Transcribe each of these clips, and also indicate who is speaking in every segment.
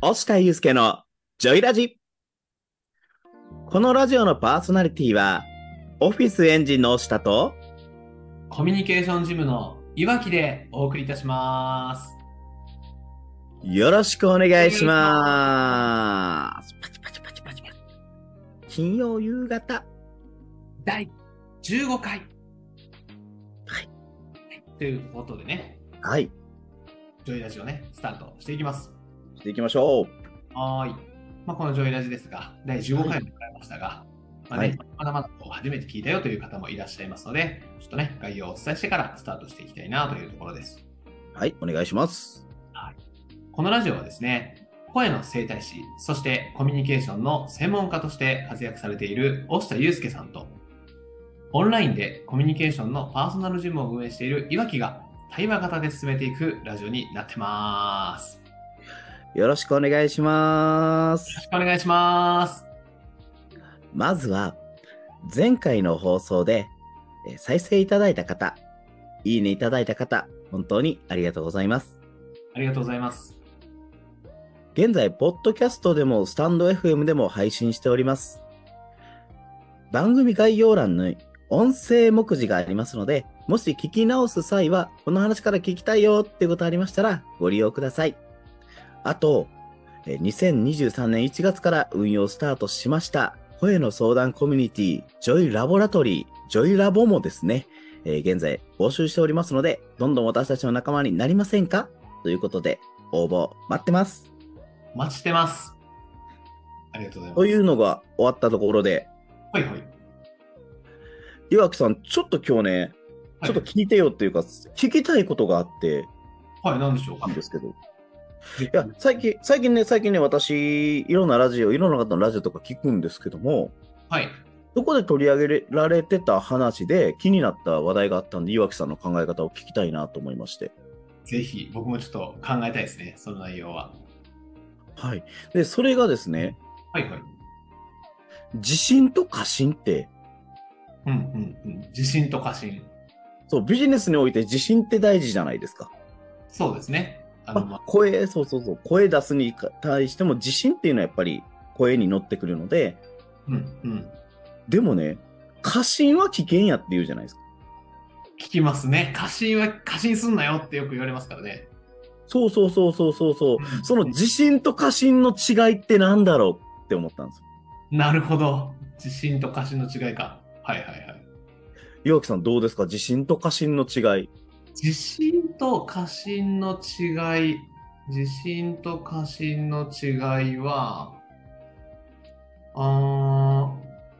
Speaker 1: 押田祐介のジョイラジ。このラジオのパーソナリティは、オフィスエンジンの押田と、
Speaker 2: コミュニケーションジムのいわきでお送りいたします。
Speaker 1: よろしくお願いします。パチパチパチパチパチ。金曜夕方。
Speaker 2: 第15回。
Speaker 1: はい。
Speaker 2: ということでね、
Speaker 1: はい。
Speaker 2: ジョイラジをね、スタートしていきます。
Speaker 1: していきましょう。
Speaker 2: はーい。まあ、このジョイラジですが、第15回を迎えましたが、まあね
Speaker 1: はい
Speaker 2: まだまだこう初めて聞いたよという方もいらっしゃいますので、ちょっとね、概要をお伝えしてからスタートしていきたいなというところです。
Speaker 1: はい、お願いします。
Speaker 2: このラジオはですね、声の整体師、そしてコミュニケーションの専門家として活躍されている押田祐介さんと、オンラインでコミュニケーションのパーソナルジムを運営しているいわきが対話型で進めていくラジオになってます。よ
Speaker 1: よろしくお願いします
Speaker 2: ろ。しくお願いします。
Speaker 1: まずは、前回の放送でえー再生いただいた方、いいねいただいた方、本当にありがとうございます。
Speaker 2: ありがとうございます。
Speaker 1: 現在、ポッドキャストでもスタンド FM でも配信しております。番組概要欄に音声目次がありますので、もし聞き直す際は、この話から聞きたいよっていうことありましたら、ご利用ください。あと、えー2023年1月から運用スタートしました、声の相談コミュニティ、ジョイラボラトリー、ジョイラボもですね、えー現在募集しておりますので、どんどん私たちの仲間になりませんかということで、応募待ってます。
Speaker 2: お待ちしてます。ありがとうございます。
Speaker 1: というのが終わったところで、
Speaker 2: ほいほい。
Speaker 1: 岩城さん、ちょっと今日ね、ちょっと聞いてよっていうか、聞きたいことがあって、
Speaker 2: はい、何でしょうか
Speaker 1: なん。ですけど。いや、最近、最近ね、最近ね、私、いろんなラジオ、いろんな方のラジオとか聞くんですけども、
Speaker 2: はい。
Speaker 1: どこで取り上げられてた話で気になった話題があったんで、岩城さんの考え方を聞きたいなと思いまして。
Speaker 2: ぜひ、僕もちょっと考えたいですね、その内容は。
Speaker 1: はい。で、それがですね、
Speaker 2: はいはい。
Speaker 1: 自信と過信って、
Speaker 2: うんうんうん。自信と過信。
Speaker 1: そう、ビジネスにおいて自信って大事じゃないですか。
Speaker 2: そうですね。あの、
Speaker 1: あ
Speaker 2: まあ、
Speaker 1: 声、そうそうそう、声出すに対しても自信っていうのはやっぱり声に乗ってくるので、
Speaker 2: うんうん。
Speaker 1: でもね、過信は危険やって言うじゃないですか。
Speaker 2: 聞きますね。過信は過信すんなよってよく言われますからね。
Speaker 1: そうそうそうそうそうそう。その自信と過信の違いってなんだろうって思ったんですよ。
Speaker 2: なるほど。自信と過信の違いか。はいはいはい。
Speaker 1: 岩木さんどうですか自信と過信の違い。
Speaker 2: 自信と過信の違い。自信と過信の違いは、あ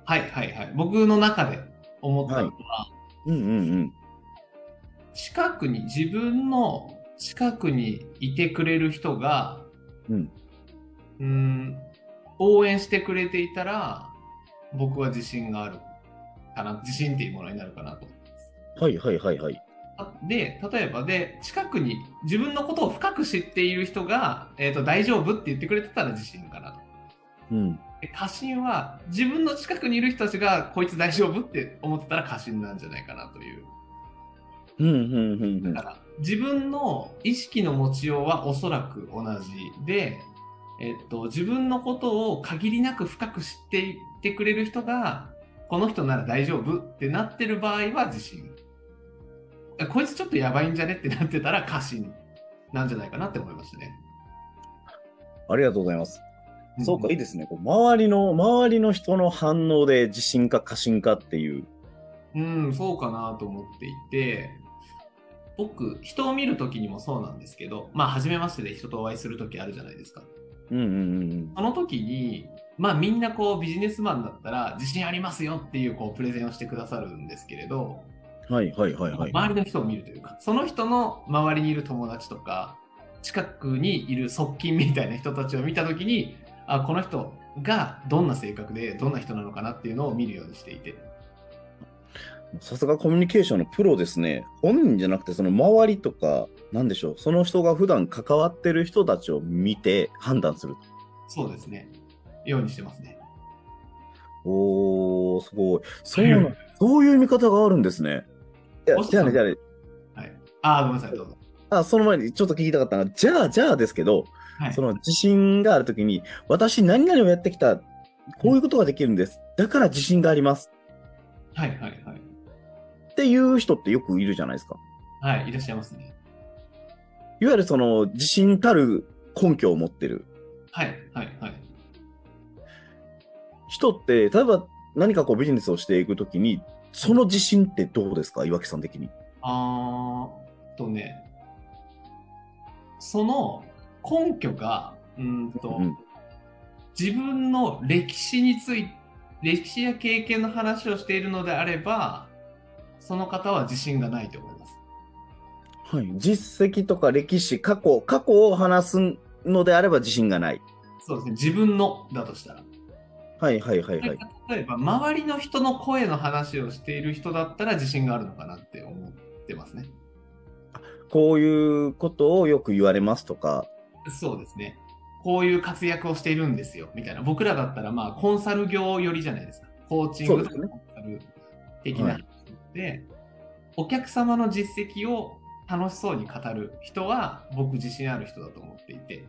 Speaker 2: ーはいはいはい。僕の中で思ったのは、
Speaker 1: うんうんうん。
Speaker 2: 近くに、自分の近くにいてくれる人が、
Speaker 1: うん
Speaker 2: うん応援してくれていたら僕は自信があるかな自信っていうものになるかなと。
Speaker 1: はいはいはいはい。
Speaker 2: あで例えばで近くに自分のことを深く知っている人が、えーと大丈夫って言ってくれてたら自信かなと。
Speaker 1: うん。
Speaker 2: で過信は自分の近くにいる人たちがこいつ大丈夫って思ってたら過信なんじゃないかなという。
Speaker 1: うんうんうんう
Speaker 2: だ
Speaker 1: ん。
Speaker 2: から自分の意識の持ちようはおそらく同じで、えっと、自分のことを限りなく深く知っていってくれる人がこの人なら大丈夫ってなってる場合は自信あこいつちょっとやばいんじゃねってなってたら過信なんじゃないかなって思いましたね。。
Speaker 1: ありがとうございます。そうか、いいですすね。こう周りの、周りの人の反応で自信か過信かっていう。
Speaker 2: うん、そうかなと思っていて、僕、人を見るときにもそうなんですけど、まあ、初めましてで人とお会いするときあるじゃないですか。
Speaker 1: うんうんうんうん。
Speaker 2: その時に、まあみんなこうビジネスマンだったら自信ありますよっていうこうプレゼンをしてくださるんですけれど、
Speaker 1: はいはいはいはい。
Speaker 2: 周りの人を見るというか、その人の周りにいる友達とか、近くにいる側近みたいな人たちを見た時に、あ、この人がどんな性格でどんな人なのかなっていうのを見るようにしていて。
Speaker 1: さすがコミュニケーションのプロですね。本人じゃなくて、その周りとか、なんでしょう、その人が普段関わってる人たちを見て判断する。
Speaker 2: そうですね。ようにしてますね。
Speaker 1: おー、すごい。そうな、そういう見方があるんですね。いや
Speaker 2: おっ
Speaker 1: じゃあね、じゃあね。
Speaker 2: ああ、ごめんなさい、どうぞ。
Speaker 1: あ、その前にちょっと聞きたかったな。じゃあ、じゃあですけど、
Speaker 2: はい
Speaker 1: その自信があるときに、私何々をやってきた、こういうことができるんです。だから自信があります。
Speaker 2: はいはいはい。
Speaker 1: っていう人ってよくいるじゃないですか。
Speaker 2: はい、いらっしゃいますね。
Speaker 1: いわゆるその自信たる根拠を持ってる
Speaker 2: はいはいはい。
Speaker 1: 人って、例えば何かこうビジネスをしていくときに、その自信ってどうですか岩木さん的に。
Speaker 2: あーとね、その根拠が、うーんと、
Speaker 1: うん
Speaker 2: 自分の歴史について、歴史や経験の話をしているのであれば、その方は自信がないと思います。
Speaker 1: はい、実績とか歴史、過去、過去を話すのであれば自信がない。
Speaker 2: そうですね、自分のだとしたら。
Speaker 1: はいはいはいはい。
Speaker 2: 例えば、周りの人の声の話をしている人だったら自信があるのかなって思ってますね。
Speaker 1: こういうことをよく言われますとか。
Speaker 2: そうですね。こういう活躍をしているんですよ、みたいな。僕らだったら、まあ、コンサル業寄りじゃないですか。コーチングと
Speaker 1: そうで
Speaker 2: かコンサル的な。でお客様の実績を楽しそうに語る人は、僕自信ある人だと思っていて、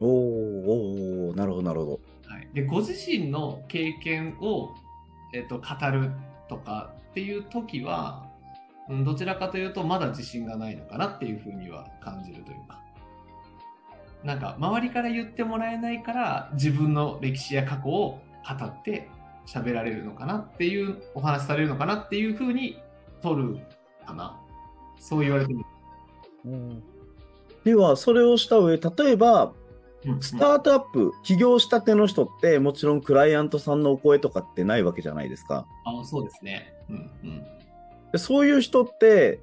Speaker 1: おーおーなるほどなるほど。
Speaker 2: はい、でご自身の経験を、えっと語るとかっていう時は、うん、どちらかというとまだ自信がないのかなっていうふうには感じるというかなんか周りから言ってもらえないから自分の歴史や過去を語って喋られるのかなっていうお話しされるのかなっていうふうに取るかなそう言われてみる
Speaker 1: ではそれをした上例えば
Speaker 2: うん
Speaker 1: スタートアップ起業したての人ってもちろんクライアントさんのお声とかってないわけじゃないですか。
Speaker 2: あそうですねうんうん
Speaker 1: でそういう人って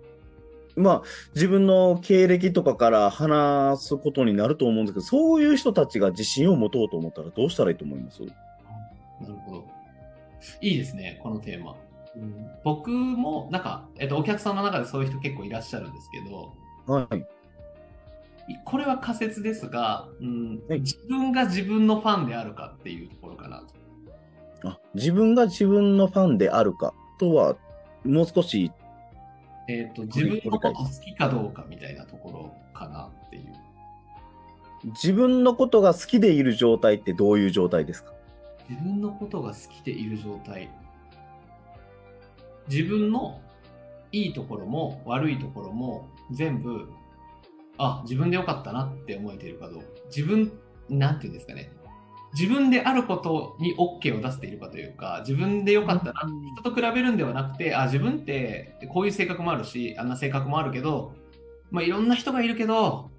Speaker 1: まあ自分の経歴とかから話すことになると思うんですけどそういう人たちが自信を持とうと思ったらどうしたらいいと思います
Speaker 2: なるほど。いいですね、このテーマ。うん僕も、なんか、えっと、お客さんの中でそういう人結構いらっしゃるんですけど、
Speaker 1: はい。
Speaker 2: いこれは仮説ですが、うん
Speaker 1: はい
Speaker 2: 自分が自分のファンであるかっていうところかなと。
Speaker 1: あ自分が自分のファンであるかとはもう少し
Speaker 2: えっと、自分のこと好きかどうかみたいなところかなっていう。
Speaker 1: 自分のことが好きでいる状態ってどういう状態ですか
Speaker 2: 自分のことが好きでいる状態。自分のいいところも悪いところも全部、あ、自分でよかったなって思えているかどうか。自分、なんていうんですかね。自分であることに OK を出せているかというか、自分でよかったな。人と比べるんではなくて、あ、自分ってこういう性格もあるし、あんな性格もあるけど、まあいろんな人がいるけど、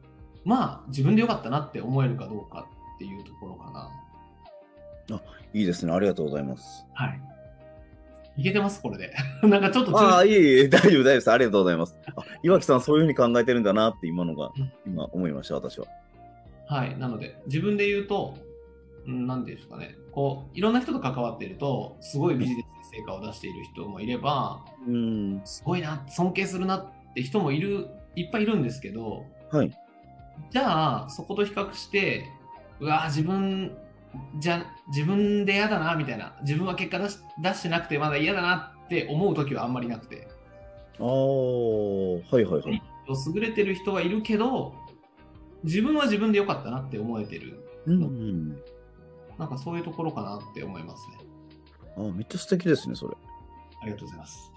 Speaker 2: まあ自分でよかったなって思えるかどうかっていうところかな。
Speaker 1: いいですね。ありがとうございます。
Speaker 2: はい。いけてます、これで。 なんかちょっと通じ
Speaker 1: ああ、いえいえ、大丈夫、大丈夫です。ありがとうございます。あ岩木さん、そういうふうに考えてるんだなって今のが
Speaker 2: うん、
Speaker 1: 今思いました、私は。
Speaker 2: はい。なので、自分で言うと、うんなんていうんですかね、こう、いろんな人と関わっていると、すごいビジネスで成果を出している人もいれば、
Speaker 1: うん。
Speaker 2: すごいな、尊敬するなって人もいる、いっぱいいるんですけど、
Speaker 1: はい。
Speaker 2: じゃあ、そこと比較して、うわー自分、じゃ、自分で嫌だな、みたいな、自分は結果出し出してなくてまだ嫌だなって思う時はあんまりなくて、
Speaker 1: ああ、はいはいはい。
Speaker 2: 優れてる人はいるけど自分は自分で良かったなって思えてる
Speaker 1: うん、うん。
Speaker 2: なんかそういうところかなって思いますね
Speaker 1: あーめっちゃ素敵ですね、それ。
Speaker 2: ありがとうございます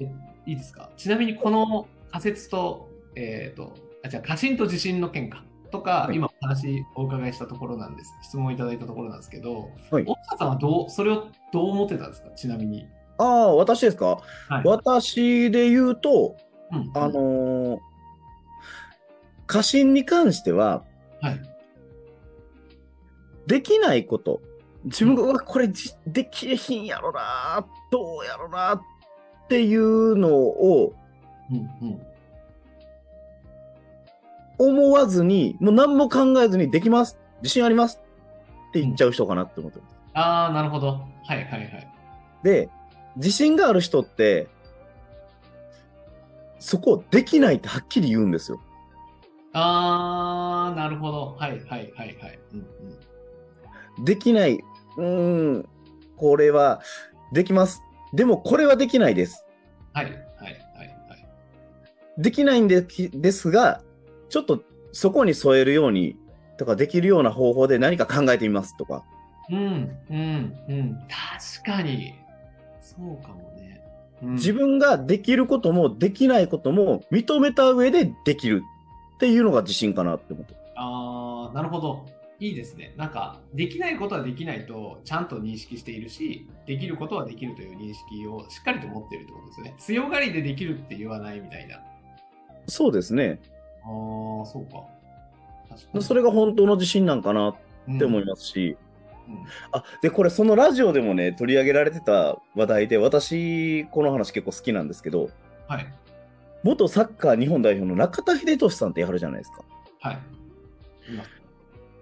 Speaker 2: えいいですかちなみにこの仮説とえっ、とあじゃあ過信と自信の喧嘩とか、
Speaker 1: はい
Speaker 2: 今お話お伺いしたところなんです質問いただいたところなんですけど、
Speaker 1: はい
Speaker 2: 大下さんはどうそれをどう思ってたんですかちなみに
Speaker 1: ああ、私ですか
Speaker 2: はい
Speaker 1: 私で言うと、
Speaker 2: うん
Speaker 1: あのー過信に関しては、
Speaker 2: はい
Speaker 1: できないこと、自分が、うわこれじできひんやろな、どうやろなっていうのを
Speaker 2: うんうん
Speaker 1: 思わずに、もう何も考えずに、できます、自信ありますって言っちゃう人かなって思ってます。
Speaker 2: ああなるほどはいはいはい
Speaker 1: で、自信がある人って、そこをできないってはっきり言うんですよ。
Speaker 2: ああなるほどはいはいはいはいうんうん
Speaker 1: できない、うーん、これはできます。でもこれはできないです。
Speaker 2: はいはいはいはい。
Speaker 1: できないんできですが、ちょっとそこに添えるようにとかできるような方法で何か考えてみますとか、
Speaker 2: うん、うん、うん。確かに。そうかもね。うん
Speaker 1: 自分ができることもできないことも認めた上でできるっていうのが自信かなって思って。
Speaker 2: ああ、なるほど。いいですね。なんか、できないことはできないと、ちゃんと認識しているし、できることはできるという認識をしっかりと持っているってことですね。強がりでできるって言わないみたいな。あ
Speaker 1: そうですね。
Speaker 2: あ、そうか。確か
Speaker 1: それが本当の自信なんかなって思いますし。あ、で、これそのラジオでもね、取り上げられてた話題で、私、この話結構好きなんですけど、
Speaker 2: うんはい。
Speaker 1: 元サッカー日本代表の中田英寿さんってやるじゃないですか。
Speaker 2: はい。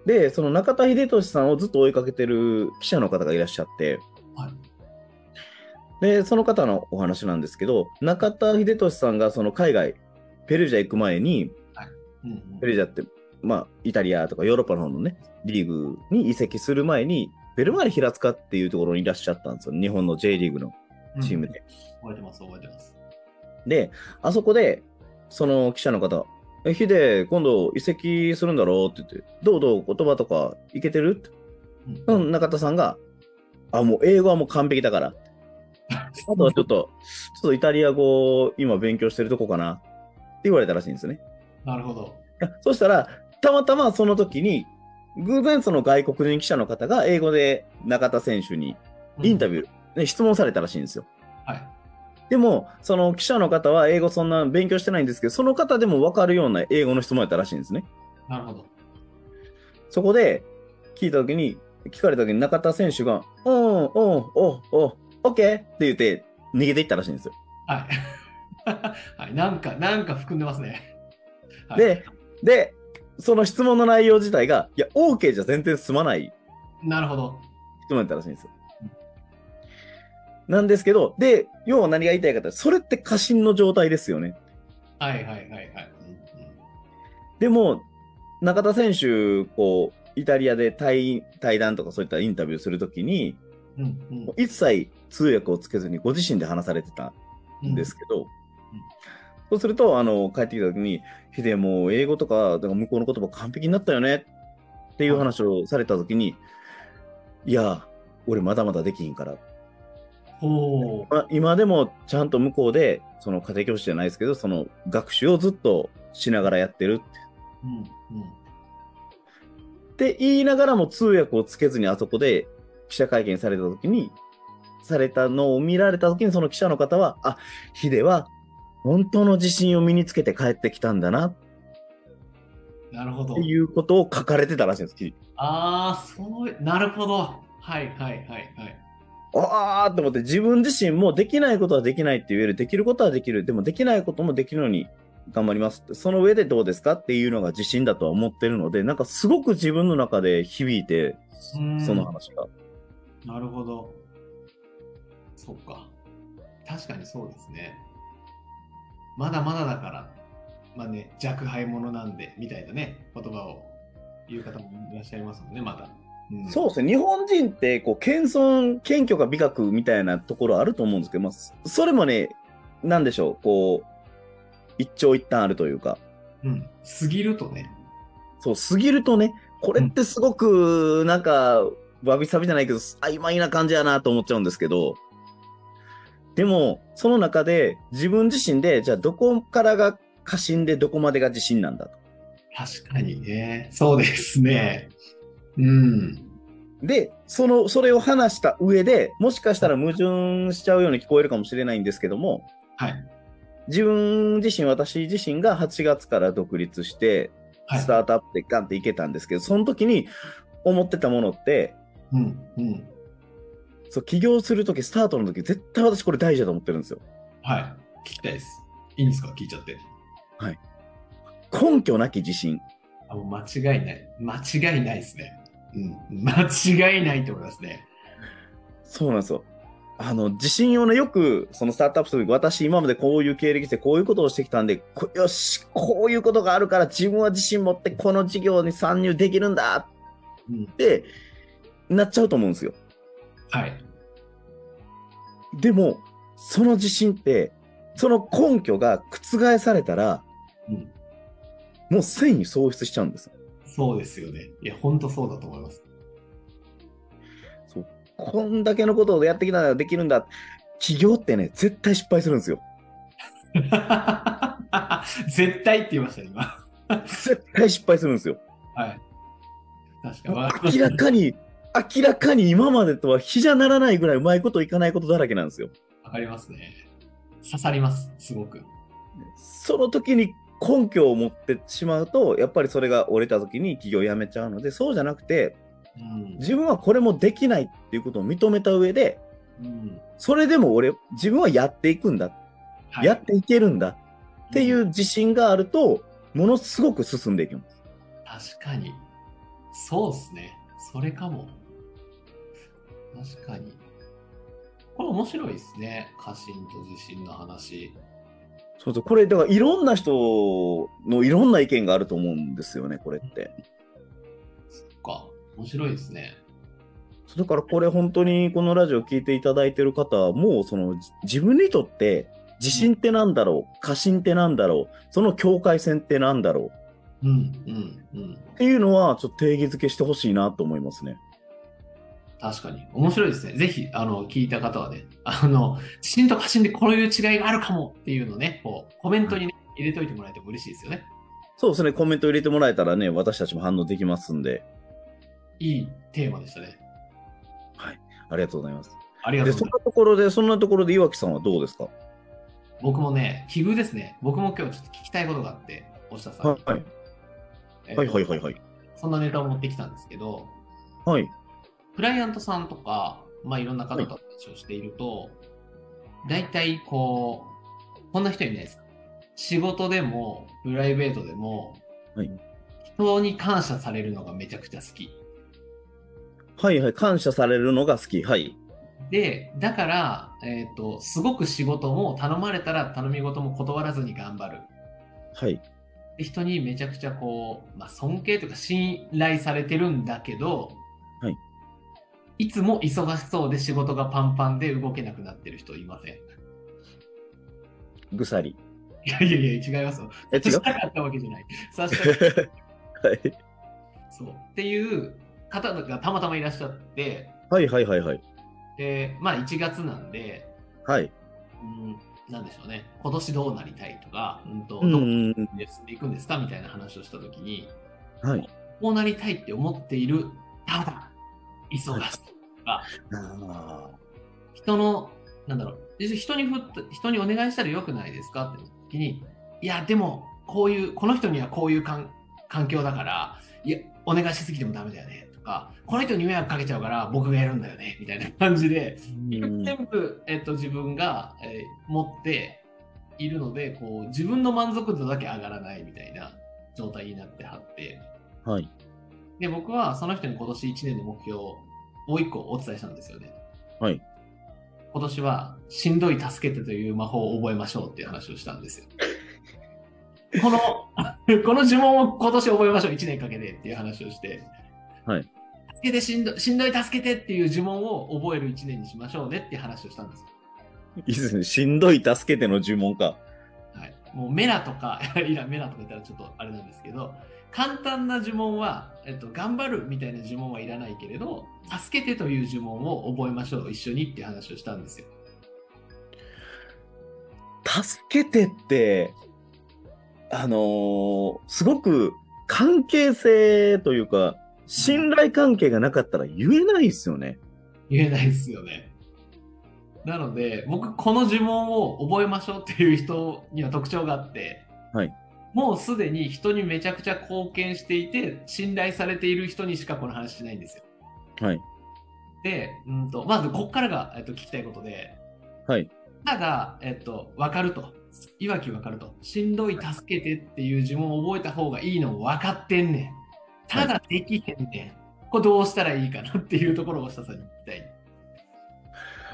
Speaker 1: で、その中田英寿さんをずっと追いかけてる記者の方がいらっしゃって、
Speaker 2: はい
Speaker 1: で、その方のお話なんですけど、中田英寿さんがその海外、ペルージャ行く前に、
Speaker 2: うんうん
Speaker 1: ペルージャって、まあ、イタリアとかヨーロッパの方のね、リーグに移籍する前に、ベルマーレ平塚っていうところにいらっしゃったんですよ。日本の J リーグの
Speaker 2: うん
Speaker 1: チームで。
Speaker 2: 覚えてます、覚えてます。
Speaker 1: で、あそこで、その記者の方、えヒデ、今度移籍するんだろうって言って、どうどう言葉とかいけてるって
Speaker 2: う
Speaker 1: うんん、中田さんが、あ、もう英語はもう完璧だから。あとはちょっと、ちょっとイタリア語を今勉強してるとこかなって言われたらしいんですね。
Speaker 2: なるほど。
Speaker 1: そしたら、たまたまその時に、偶然その外国人記者の方が英語で中田選手にインタ
Speaker 2: ビュ
Speaker 1: ビュー、ね質問されたらしいんですよ。
Speaker 2: ー。はい。
Speaker 1: でも、その記者の方は英語そんな勉強してないんですけど、その方でも分かるような英語の質問やったらしいんですね。
Speaker 2: なるほど。
Speaker 1: そこで聞いたときに、聞かれたときに中田選手が、うん、うん、お、お、オッケーって言って逃げていったらしいんですよ。
Speaker 2: はい。はい、なんか、なんか含んでますね。はい、
Speaker 1: で、で、その質問の内容自体が、いや、オーケーじゃ全然済まない
Speaker 2: なるほど。
Speaker 1: 質問やったらしいんですよ。なんですけど、で、要は何が言いたいかって、それって過信の状態ですよね。
Speaker 2: はいはいはいはい。うんうん
Speaker 1: でも、中田選手、こう、イタリアで対対談とかそういったインタビューするときに、
Speaker 2: うん
Speaker 1: もう一切通訳をつけずにご自身で話されてた
Speaker 2: うん
Speaker 1: んです。けど、そうすると、あの、帰ってきたときに、ヒデ、もう英語とか、だから向こうの言葉完璧になったよねっていう話をされたときに、いや、俺まだまだできひんから、
Speaker 2: ほう。
Speaker 1: まあ今でもちゃんと向こうで、その家庭教師じゃないですけど、その学習をずっとしながらやってる
Speaker 2: うん
Speaker 1: って言いながらも通訳をつけずにあそこで記者会見された時に、されたのを見られた時にその記者の方は、あ、ヒデは本当の自信を身につけて帰ってきたんだなっ
Speaker 2: うん。なるほど
Speaker 1: て。いうことを書かれてたらしいんです記事。
Speaker 2: ああ、そう、なるほど。はいはいはいはい。
Speaker 1: ああと思って自分自身もできないことはできないって言える、できることはできる、でもできないこともできるのに頑張りますって、その上でどうですかっていうのが自信だとは思ってるので、なんかすごく自分の中で響いて、
Speaker 2: うん
Speaker 1: その話が。
Speaker 2: なるほど。そっか。確かにそうですね。まだまだだから、まあね、若輩者なんで、みたいなね、言葉を言う方もいらっしゃいますもんね、まだ。うん
Speaker 1: そうですね、日本人ってこう謙遜、謙虚が美学みたいなところあると思うんですけど、まあ、そそれもね、なんでしょう、こう、一長一短あるというか、
Speaker 2: うん。過ぎるとね。
Speaker 1: そう、過ぎるとね、これってすごく、なんか、わびさびじゃないけど、曖昧な感じやなと思っちゃうんですけど、でも、その中で、自分自身で、じゃあ、どこからが過信で、どこまでが自信なんだと。
Speaker 2: 確かにね。そうですね。うん。
Speaker 1: で、その、それを話した上で、もしかしたら矛盾しちゃうように聞こえるかもしれないんですけども、
Speaker 2: はい。
Speaker 1: 自分自身、私自身が8月から独立して、
Speaker 2: はい
Speaker 1: ス。タートアップでガンっていけたんですけど、その時に思ってたものって、
Speaker 2: うん。うん。
Speaker 1: そう起業する時スタートの時絶対私これ大事だと思ってるんですよ。
Speaker 2: はい。聞きたいです。いいんですか聞いちゃって。
Speaker 1: 根拠なき自信。
Speaker 2: あもう間違いない。間違いないですね。うん。間違いないと思いますね。
Speaker 1: そうなんですよ。あの、自信をね、よく、そのスタートアップする時私今までこういう経歴して、こういうことをしてきたんで、こよし、こういうことがあるから、自分は自信持って、この事業に参入できるんだ
Speaker 2: うん
Speaker 1: って、なっちゃうと思うんですよ。
Speaker 2: はい。
Speaker 1: でも、その自信って、その根拠が覆されたら、
Speaker 2: うん
Speaker 1: もうすでに喪失しちゃうんです。
Speaker 2: そうですよね。いや、ほんとそうだと思います。
Speaker 1: こんだけのことをやってきたらできるんだ。企業ってね、絶対失敗するんですよ。
Speaker 2: 絶対って言いました、今。
Speaker 1: 絶対失敗するんですよ。
Speaker 2: はい。確か
Speaker 1: もう
Speaker 2: わかりま
Speaker 1: 明
Speaker 2: した
Speaker 1: らかに、明らかに今までとは比じゃならないぐらいうまいこといかないことだらけなんですよ。
Speaker 2: わかりますね。刺さります、すごく。
Speaker 1: その時に根拠を持ってしまうと、やっぱりそれが折れた時に企業辞めちゃうので、そうじゃなくて、
Speaker 2: うん。
Speaker 1: 自分はこれもできないっていうことを認めた上で、
Speaker 2: うん
Speaker 1: それでも俺、自分はやっていくんだ、
Speaker 2: はい
Speaker 1: やっていけるんだってい
Speaker 2: うん
Speaker 1: う自信があると、ものすごく進んでいきます。
Speaker 2: 確かに。そうですね。それかも。確かに。これ面白いですね。過信と自信の話。
Speaker 1: そうそう、これ、だからいろんな人のいろんな意見があると思うんですよね、これって。
Speaker 2: そっか。面白いですね。
Speaker 1: そうだからこれ本当にこのラジオ聞いていただいてる方は、もうそのじ自分にとって自信ってなんだろう、過信ってなんだろう、その境界線ってなんだろ
Speaker 2: うん、うん、うん。
Speaker 1: うっていうのはちょっと定義づけしてほしいなと思いますね。
Speaker 2: 確かに。面白いですね。ぜひ、あの、聞いた方はね、あの、地震と過信でこういう違いがあるかもっていうのをね、こう、コメントにね、入れといてもらえても嬉しいですよね。
Speaker 1: そうですね、コメント入れてもらえたらね、私たちも反応できますんで、
Speaker 2: いいテーマでしたね。
Speaker 1: ありがとうございます。
Speaker 2: ありがと
Speaker 1: で、
Speaker 2: うご
Speaker 1: そ
Speaker 2: ざい
Speaker 1: ん
Speaker 2: ます。
Speaker 1: なところで、そんなところで岩木さんはどうですか
Speaker 2: 僕もね、奇遇ですね。僕も今日ちょっと聞きたいことがあって、押田さん。
Speaker 1: はい
Speaker 2: えっと
Speaker 1: はいはいはいはい。
Speaker 2: そんなネタを持ってきたんですけど、
Speaker 1: はい。
Speaker 2: クライアントさんとか、まあいろんな方と話をしていると、大体こう、こんな人いないですか仕事でも、プライベートでも、
Speaker 1: はい
Speaker 2: 人に感謝されるのがめちゃくちゃ好き。
Speaker 1: はいはい。感謝されるのが好き。はい。
Speaker 2: で、だから、えっ、と、すごく仕事も頼まれたら頼み事も断らずに頑張る。
Speaker 1: はい。
Speaker 2: で人にめちゃくちゃこう、まあ、尊敬とか信頼されてるんだけど、
Speaker 1: はい、
Speaker 2: つも忙しそうで仕事がパンパンで動けなくなってる人いません。
Speaker 1: ぐさり。
Speaker 2: いやいやいや、違いますよ。
Speaker 1: え、違
Speaker 2: し
Speaker 1: う
Speaker 2: たかったわけじゃない。さしたか
Speaker 1: はい
Speaker 2: そうっていう方がたまたまいらっしゃって、
Speaker 1: はいはいはいはい。
Speaker 2: でまあ、1月なんで、
Speaker 1: はい。
Speaker 2: うん、なんでしょうね、今年どうなりたいとか、うんと、
Speaker 1: う
Speaker 2: どこ
Speaker 1: ん。
Speaker 2: で進んでいくんですかみたいな話をしたときに、
Speaker 1: はい。
Speaker 2: こうなりたいって思っている、ただ、忙しい。
Speaker 1: あ
Speaker 2: 人の、なんだろう、実際人にふっ人にお願いしたらよくないですかって時に、いや、でも、こういう、この人にはこういうかん環境だから、いや、お願いしすぎてもダメだよね、とか、この人に迷惑かけちゃうから、僕がやるんだよね、みたいな 感じで、
Speaker 1: うん
Speaker 2: 全部、えっと、自分が、えー持っているのでこう自分の満足度だけ上がらないみたいな状態になってはって
Speaker 1: はい。
Speaker 2: で僕はその人に今年1年の目標を1個お伝えしたんですよね
Speaker 1: はい
Speaker 2: 今年はしんどい助けてという魔法を覚えましょうっていう話をした んですよこのこの呪文を今年覚えましょう1年かけてっていう話をして
Speaker 1: はい
Speaker 2: 助けてしんどしんどい助けてっていう呪文を覚える1年にしましょうねっていう話をしたんですよ
Speaker 1: いいですね。しんどい助けての呪文か。
Speaker 2: はい、もうメラとか いやメラとか言ったらちょっとあれなんですけど簡単な呪文は、えっと、頑張るみたいな呪文はいらないけれど助けてという呪文を覚えましょう一緒にっていう話をしたんですよ
Speaker 1: 助けてって、あのーすごく関係性というか、信頼関係がなかったら言えないですよね。
Speaker 2: 言えないですよねなので僕この呪文を覚えましょうっていう人には特徴があって、
Speaker 1: はい
Speaker 2: もうすでに人にめちゃくちゃ貢献していて信頼されている人にしかこの話しないんですよ
Speaker 1: はい。
Speaker 2: で、うんと、まずここからが、えっと、聞きたいことで、
Speaker 1: はい。
Speaker 2: ただ、えっと、分かると。いわき分かると。しんどい、助けてっていう呪文を覚えた方がいいのも分かってんねん。ただできへんねん。これどうしたらいいかなっていうところを下さんに聞きたい。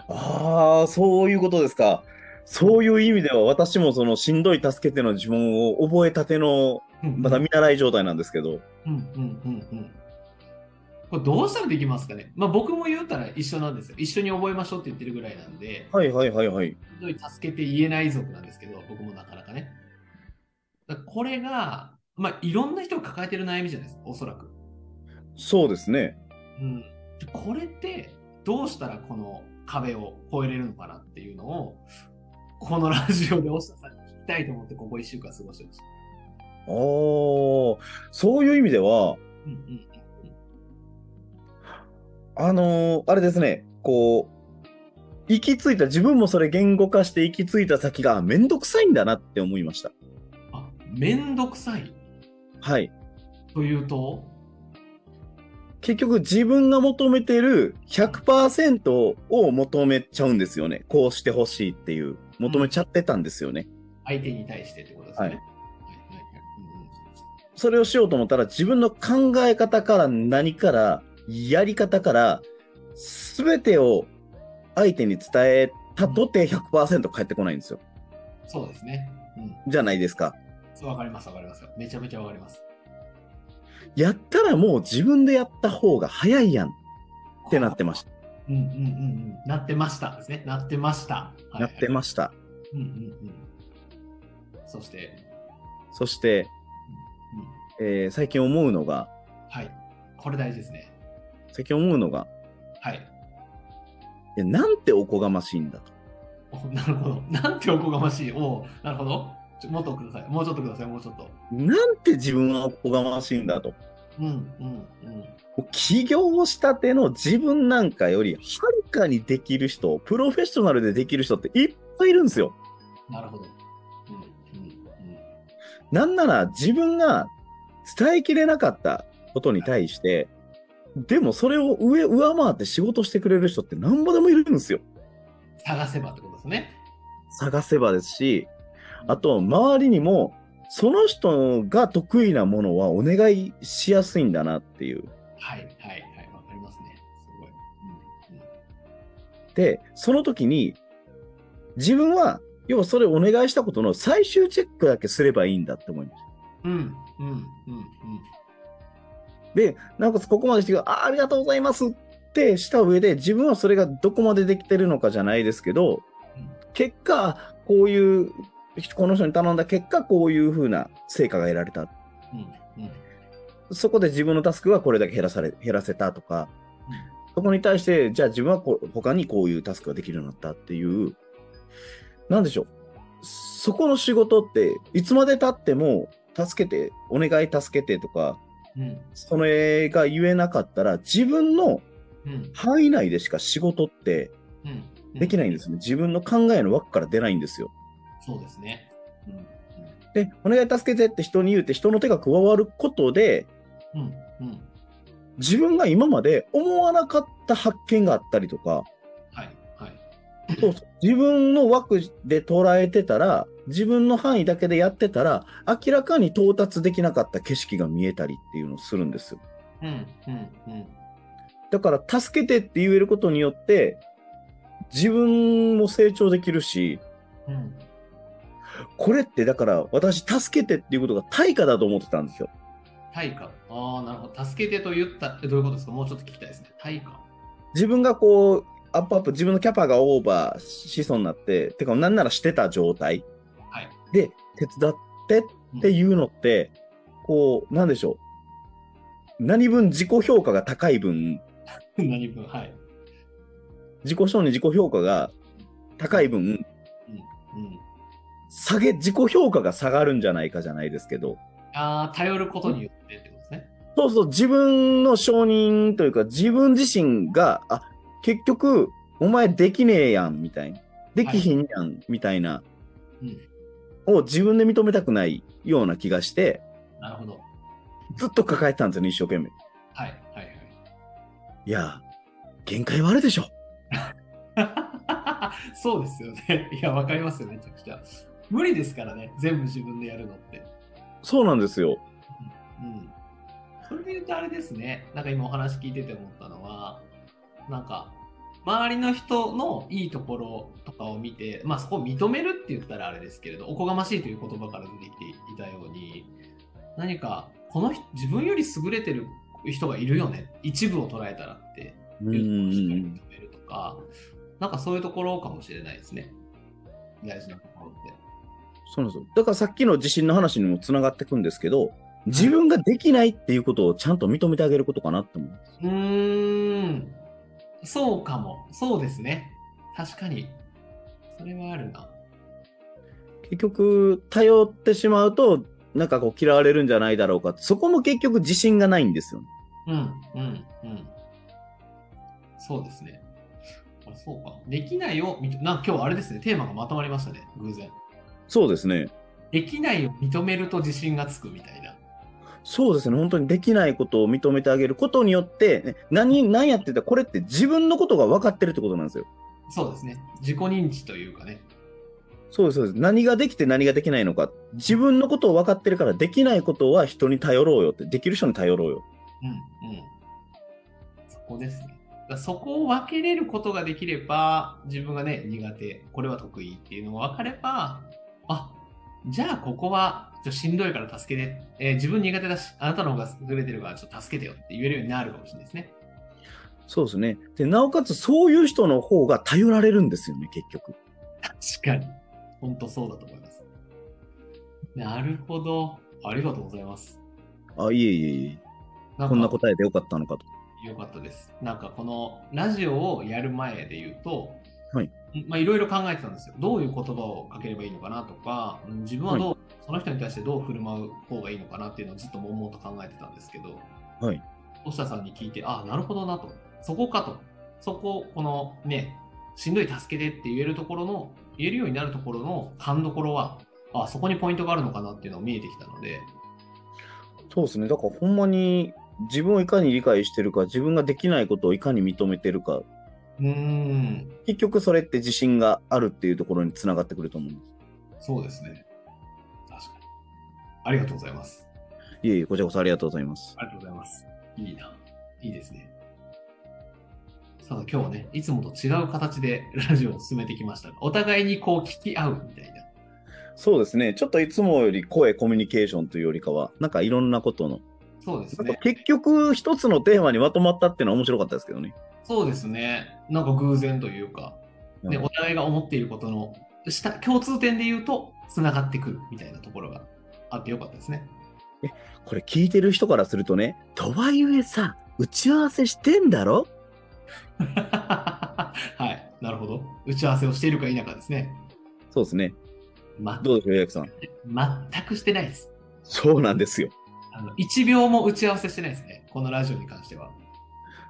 Speaker 1: ああ、そういうことですか。そういう意味では私もそのしんどい助けての呪文を覚えたての
Speaker 2: うん
Speaker 1: また見習い状態なんですけど。
Speaker 2: うんうんうんうん。これどうしたらできますかねまあ僕も言うたら一緒なんですよ。一緒に覚えましょうって言ってるぐらいなんで、
Speaker 1: はいはいはいはい。
Speaker 2: しんどい助けて言えない族なんですけど、僕もなかなかね。だからこれが、まあ、いろんな人が抱えてる悩みじゃないですか、おそらく。
Speaker 1: そうですね。
Speaker 2: うん、でこれってどうしたらこの壁を越えれるのかなっていうのをこのラジオで大下さんに聞きたいと思ってここ1週間過ごしてました。
Speaker 1: おーそういう意味では、
Speaker 2: うんうん
Speaker 1: あのーあれですね、こう、行き着いた、自分もそれ言語化して行き着いた先がめんどくさいんだなって思いました。
Speaker 2: あめんどくさい
Speaker 1: はい。
Speaker 2: というと、
Speaker 1: 結局自分が求めてる100%を求めちゃうんですよね。こうしてほしいっていう。求めちゃってたんですよね。
Speaker 2: 相手に対してってことですね。
Speaker 1: はい
Speaker 2: はいはいはいうんうん
Speaker 1: それをしようと思ったら自分の考え方から何からやり方から全てを相手に伝えたとて100%返ってこないんですよ。
Speaker 2: そうですね。うん
Speaker 1: じゃないですか。
Speaker 2: そう、わかります、わかります。めちゃめちゃわかります。
Speaker 1: やったらもう自分でやった方が早いやんってなってました。
Speaker 2: うんうんうんうん。なってましたですね。なってました。はい
Speaker 1: なってました。
Speaker 2: うんうんうん。そして、
Speaker 1: そして、
Speaker 2: うん、
Speaker 1: えー最近思うのが、
Speaker 2: はい。これ大事ですね。
Speaker 1: 最近思うのが、
Speaker 2: はい。
Speaker 1: いやなんておこがましいんだと。
Speaker 2: お なるほど。なんておこがましい。おうなるほど。ちょもっとください。もうちょっとください。もうちょっと。
Speaker 1: なんて自分はおこがましいんだと。
Speaker 2: うんうんうん。
Speaker 1: もう起業したての自分なんかよりはるかにできる人、プロフェッショナルでできる人っていっぱいいるんですよ。
Speaker 2: なるほど。うんうんうん。
Speaker 1: なんなら自分が伝えきれなかったことに対して、でもそれを上上回って仕事してくれる人ってなんぼでもいるんですよ。
Speaker 2: 探せばってことですね。
Speaker 1: 探せばですし、あと周りにもその人が得意なものはお願いしやすいんだなっていう。
Speaker 2: はいはいはい。わかりますね。すごい。うんうん
Speaker 1: で、その時に自分は要はそれお願いしたことの最終チェックだけすればいいんだって思います。
Speaker 2: うんうんうんうん。
Speaker 1: で、なおかつここまでしてくれあーありがとうございますってした上で、自分はそれがどこまでできてるのかじゃないですけど
Speaker 2: うん、
Speaker 1: 結果、こういう、この人に頼んだ結果、こういうふうな成果が得られた。
Speaker 2: うんうん
Speaker 1: そこで自分のタスクがこれだけ減らされ、減らせたとか、そこに対して、じゃあ自分はこう他にこういうタスクができるようになったっていう、なんでしょう。そこの仕事って、いつまで経っても、助けて、お願い助けてとか、
Speaker 2: うん
Speaker 1: それが言えなかったら、自分の
Speaker 2: うん
Speaker 1: 範囲内でしか仕事って
Speaker 2: うん。
Speaker 1: できないん
Speaker 2: で
Speaker 1: ですね。自分の考えの枠から出ないんですよ。
Speaker 2: す。そうですね。うん
Speaker 1: で、お願い助けてって人に言うて人の手が加わることで、
Speaker 2: うんうん。
Speaker 1: 自分が今まで思わなかった発見があったりとか、
Speaker 2: はいはい。
Speaker 1: そうそう自分の枠で捉えてたら、自分の範囲だけでやってたら、明らかに到達できなかった景色が見えたりっていうのをするんですよ。
Speaker 2: うんうんうん。
Speaker 1: だから、助けてって言えることによって、自分も成長できるし、
Speaker 2: うん
Speaker 1: これってだから私助けてっていうことが対価だと思ってたんですよ。
Speaker 2: 対価。ああ、なるほど。助けてと言ったってどういうことですかもうちょっと聞きたいですね。対価。
Speaker 1: 自分がこう、アップアップ、自分のキャパがオーバーしそうになって、てか、なんならしてた状態
Speaker 2: はい
Speaker 1: で、手伝ってっていうのって、こう、なんでしょう。何分自己評価が高い分、
Speaker 2: 何分はい。
Speaker 1: 自己承認、自己評価が高い分、
Speaker 2: うん。
Speaker 1: 下げ、自己評価が下がるんじゃないかじゃないですけど、
Speaker 2: ああ、頼ることによってってことですね。
Speaker 1: そうそう、自分の承認というか、自分自身が、あ、結局、お前できねえやん、みたいな。できひんやん、みたいな、
Speaker 2: うん
Speaker 1: を自分で認めたくないような気がして、
Speaker 2: なるほど。
Speaker 1: ずっと抱えてたんですよね、一生懸命。
Speaker 2: はいはい
Speaker 1: いや、限界はあるでしょ。
Speaker 2: はい。 そうですよね。いや、わかりますよ、めちゃくちゃ。無理ですからね、全部自分でやるのって。
Speaker 1: そうなんですよ。
Speaker 2: うん。それで言うとあれですね、なんか今お話聞いてて思ったのは、なんか、周りの人のいいところとかを見て、まあそこを認めるって言ったらあれですけれど、おこがましいという言葉から出てきていたように、何か、この人、自分より優れてる人がいるよね、一部を捉えたらって
Speaker 1: う
Speaker 2: いうしっかり
Speaker 1: ん
Speaker 2: 認。めるとか、なんかそういうところかもしれないですね。大事なところって。
Speaker 1: そうなんですよ。だからさっきの自信の話にもつながってくんですけど、自分ができないっていうことをちゃんと認めてあげることかなって思う。
Speaker 2: うーん。そうかも。そうですね。確かに。それはあるな。
Speaker 1: 結局、頼ってしまうと、なんかこう嫌われるんじゃないだろうか。そこも結局自信がないんですよね。
Speaker 2: うん、うん、うん。そうですね。あそうか。できないを認、なんか今日あれですね、テーマがまとまりましたね、偶然。
Speaker 1: そうですね。
Speaker 2: できないを認めると自信がつくみたいな。
Speaker 1: そうですね。本当にできないことを認めてあげることによって、ね何、何やってたこれって自分のことが分かってるってことなんですよ。
Speaker 2: そうですね。自己認知というかね。
Speaker 1: そうです、そうです。何ができて何ができないのか。自分のことを分かってるから、できないことは人に頼ろうよって、できる人に頼ろうよ。
Speaker 2: うん、うん。そこですね。だからそこを分けれることができれば、自分がね、苦手、これは得意っていうのが分かれば、あじゃあここはちょっとしんどいから助けて、えー自分苦手だし、あなたの方が優れてるからちょっと助けてよって言えるようになるかもしれないですね。
Speaker 1: そうですね。で、なおかつそういう人の方が頼られるんですよね、結局。
Speaker 2: 確かに。本当そうだと思います。なるほど。ありがとうございます。
Speaker 1: あ、いえいえいえ。
Speaker 2: なんか
Speaker 1: こんな答えでよかったのかと。
Speaker 2: よかったです。なんかこのラジオをやる前で言うと、
Speaker 1: はい
Speaker 2: まあいろいろ考えてたんですよ。どういう言葉をかければいいのかなとか、うん自分はどう、その人に対してどう振る舞う方がいいのかなっていうのをずっと悶々と考えてたんですけど、
Speaker 1: はい。
Speaker 2: 押田さんに聞いて、ああ、なるほどなと。そこかと。そこ、このね、しんどい助けてって言えるところの、言えるようになるところの勘どころは、ああ、そこにポイントがあるのかなっていうのを見えてきたので、
Speaker 1: そうですね。だからほんまに自分をいかに理解してるか、自分ができないことをいかに認めてるか、
Speaker 2: うーん、
Speaker 1: 結局それって自信があるっていうところにつながってくると思うんです。
Speaker 2: そうですね。確かに。ありがとうございます。
Speaker 1: いえいえ、こちらこそありがとうございます。
Speaker 2: ありがとうございます。いいな。いいですね。ただ今日はね、いつもと違う形でラジオを進めてきましたが、お互いにこう聞き合うみたいな。
Speaker 1: そうですね。ちょっといつもより声コミュニケーションというよりかは、なんかいろんなことの、
Speaker 2: そうです
Speaker 1: なんか
Speaker 2: ね。
Speaker 1: 結局一つのテーマにまとまったっていうのは面白かったですけどね。
Speaker 2: そうですね。なんか偶然というか、ね、
Speaker 1: うん
Speaker 2: お互いが思っていることのした共通点で言うと、つながってくるみたいなところがあってよかったです ね。
Speaker 1: これ聞いてる人からするとね、とはいえさ、打ち合わせしてんだろ
Speaker 2: はい。なるほど。打ち合わせをしているか否かですね。
Speaker 1: そうですね。
Speaker 2: ま、
Speaker 1: どうでしょう、ヤクさん。
Speaker 2: 全くしてないです。
Speaker 1: そうなんですよ。
Speaker 2: あの1秒も打ち合わせしてないですね、このラジオに関しては。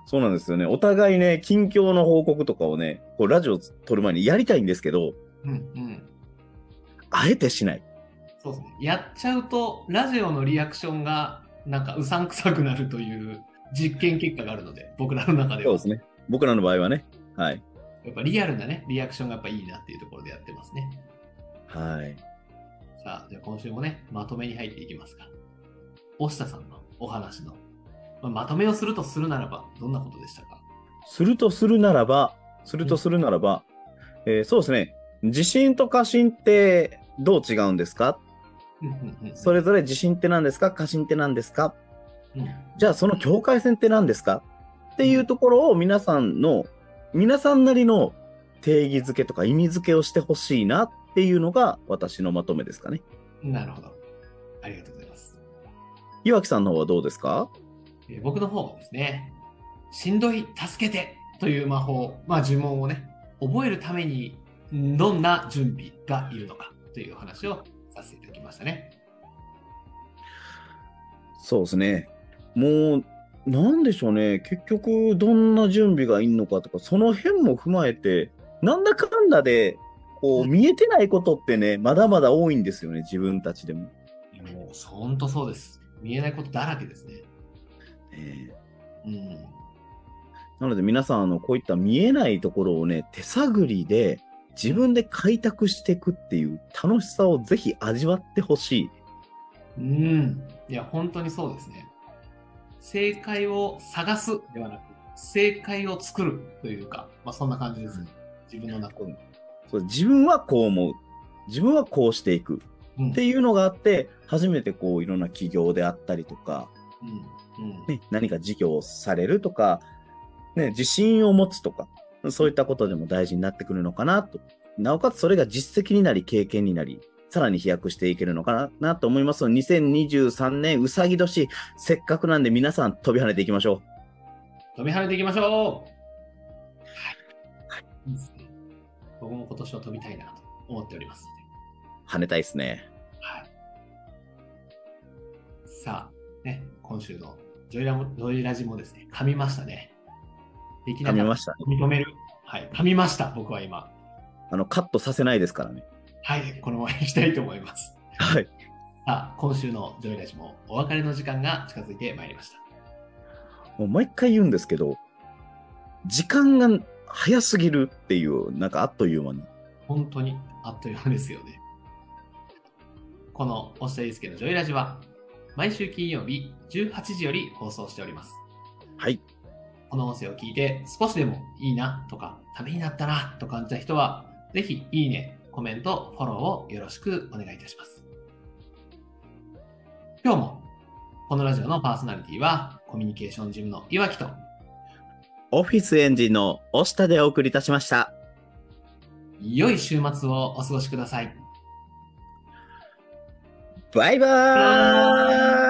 Speaker 1: そうなんですよね。お互いね、近況の報告とかをね、こうラジオ撮る前にやりたいんですけど、
Speaker 2: うんうん。
Speaker 1: あえてしない。
Speaker 2: そうですね。やっちゃうと、ラジオのリアクションが、なんかうさんくさくなるという実験結果があるので、僕らの中で
Speaker 1: そう
Speaker 2: は。
Speaker 1: ですね。僕らの場合はね。はい。
Speaker 2: やっぱリアルなね、リアクションがやっぱいいなっていうところでやってますね。
Speaker 1: はい。
Speaker 2: さあ、じゃあ今週もね、まとめに入っていきますか。押田さんのお話の、まあまとめをするとするならば、どんなことでしたか
Speaker 1: するとするならば、するとするならば、えーそうですね。自信と過信ってどう違うんですか
Speaker 2: うんうんうん。
Speaker 1: それぞれ自信って何ですか過信って何ですか
Speaker 2: うん
Speaker 1: じゃあその境界線って何ですかっていうところを皆さんの、皆さんなりの定義づけとか意味づけをしてほしいなっていうのが私のまとめですかね。
Speaker 2: なるほど。ありがとうございます。
Speaker 1: 岩木さんの方はどうですか
Speaker 2: えー僕の方はですね、しんどい、助けてという魔法、まあ呪文をね、覚えるためにんどんな準備がいるのかというお話をさせていただきましたね。
Speaker 1: そうですね。もう、なんでしょうね。結局、どんな準備がいんのかとか、その辺も踏まえて、なんだかんだで、こ
Speaker 2: う
Speaker 1: う、
Speaker 2: ん
Speaker 1: 見えてないことってね、まだまだ多いんですよね、自分たちでも。
Speaker 2: いやもう、ほんとそうです。見えないことだらけですね。
Speaker 1: ええ
Speaker 2: うん。
Speaker 1: なので皆さん、あの、こういった見えないところをね、手探りで、自分で開拓していくっていう楽しさをぜひ味わってほしい。
Speaker 2: うん。いや、本当にそうですね。正解を探すではなく、正解を作るというか、まあそんな感じですね。自分の中で。
Speaker 1: そう自分はこう思う。自分はこうしていく。
Speaker 2: うん
Speaker 1: っていうのがあって、初めてこう、いろんな企業であったりとか、
Speaker 2: うん。うん。
Speaker 1: ね、何か事業をされるとか、ね、自信を持つとか、そういったことでも大事になってくるのかなと。なおかつそれが実績になり、経験になり、さらに飛躍していけるのかななと思いますので、2023年うさぎ年、せっかくなんで皆さん飛び跳ねていきましょ
Speaker 2: 飛び跳ねていきましょう。はい。いいですね。僕も今年は飛びたいなと思っておりますので。
Speaker 1: う。跳ねたいですね。
Speaker 2: はい。さあ、ね、今週のジョイラもジョイラジもですね、噛みましたね。できな
Speaker 1: 噛み
Speaker 2: かっ
Speaker 1: ました。
Speaker 2: た認める。はい、噛みました、僕は今。
Speaker 1: あの、カットさせないですからね。
Speaker 2: はい、このままにしたいと思います。
Speaker 1: はい。
Speaker 2: さあ、今週のジョイラジもお別れの時間が近づいてまいりました。
Speaker 1: もう毎回言うんですけど、時間が早すぎるっていう、なんかあっという間に。
Speaker 2: 本当にあっという間ですよね。この押下祐介のジョイラジは、毎週金曜日18時より放送しております。
Speaker 1: はい。
Speaker 2: この音声を聞いて少しでもいいなとか、ためになったなと感じた人は、ぜひいいね、コメント、フォローをよろしくお願いいたします。今日も、このラジオのパーソナリティは、コミュニケーションジムの岩木と、
Speaker 1: オフィスエンジンの押下でお送りいたしました。
Speaker 2: 良い週末をお過ごしください。
Speaker 1: バイバーイ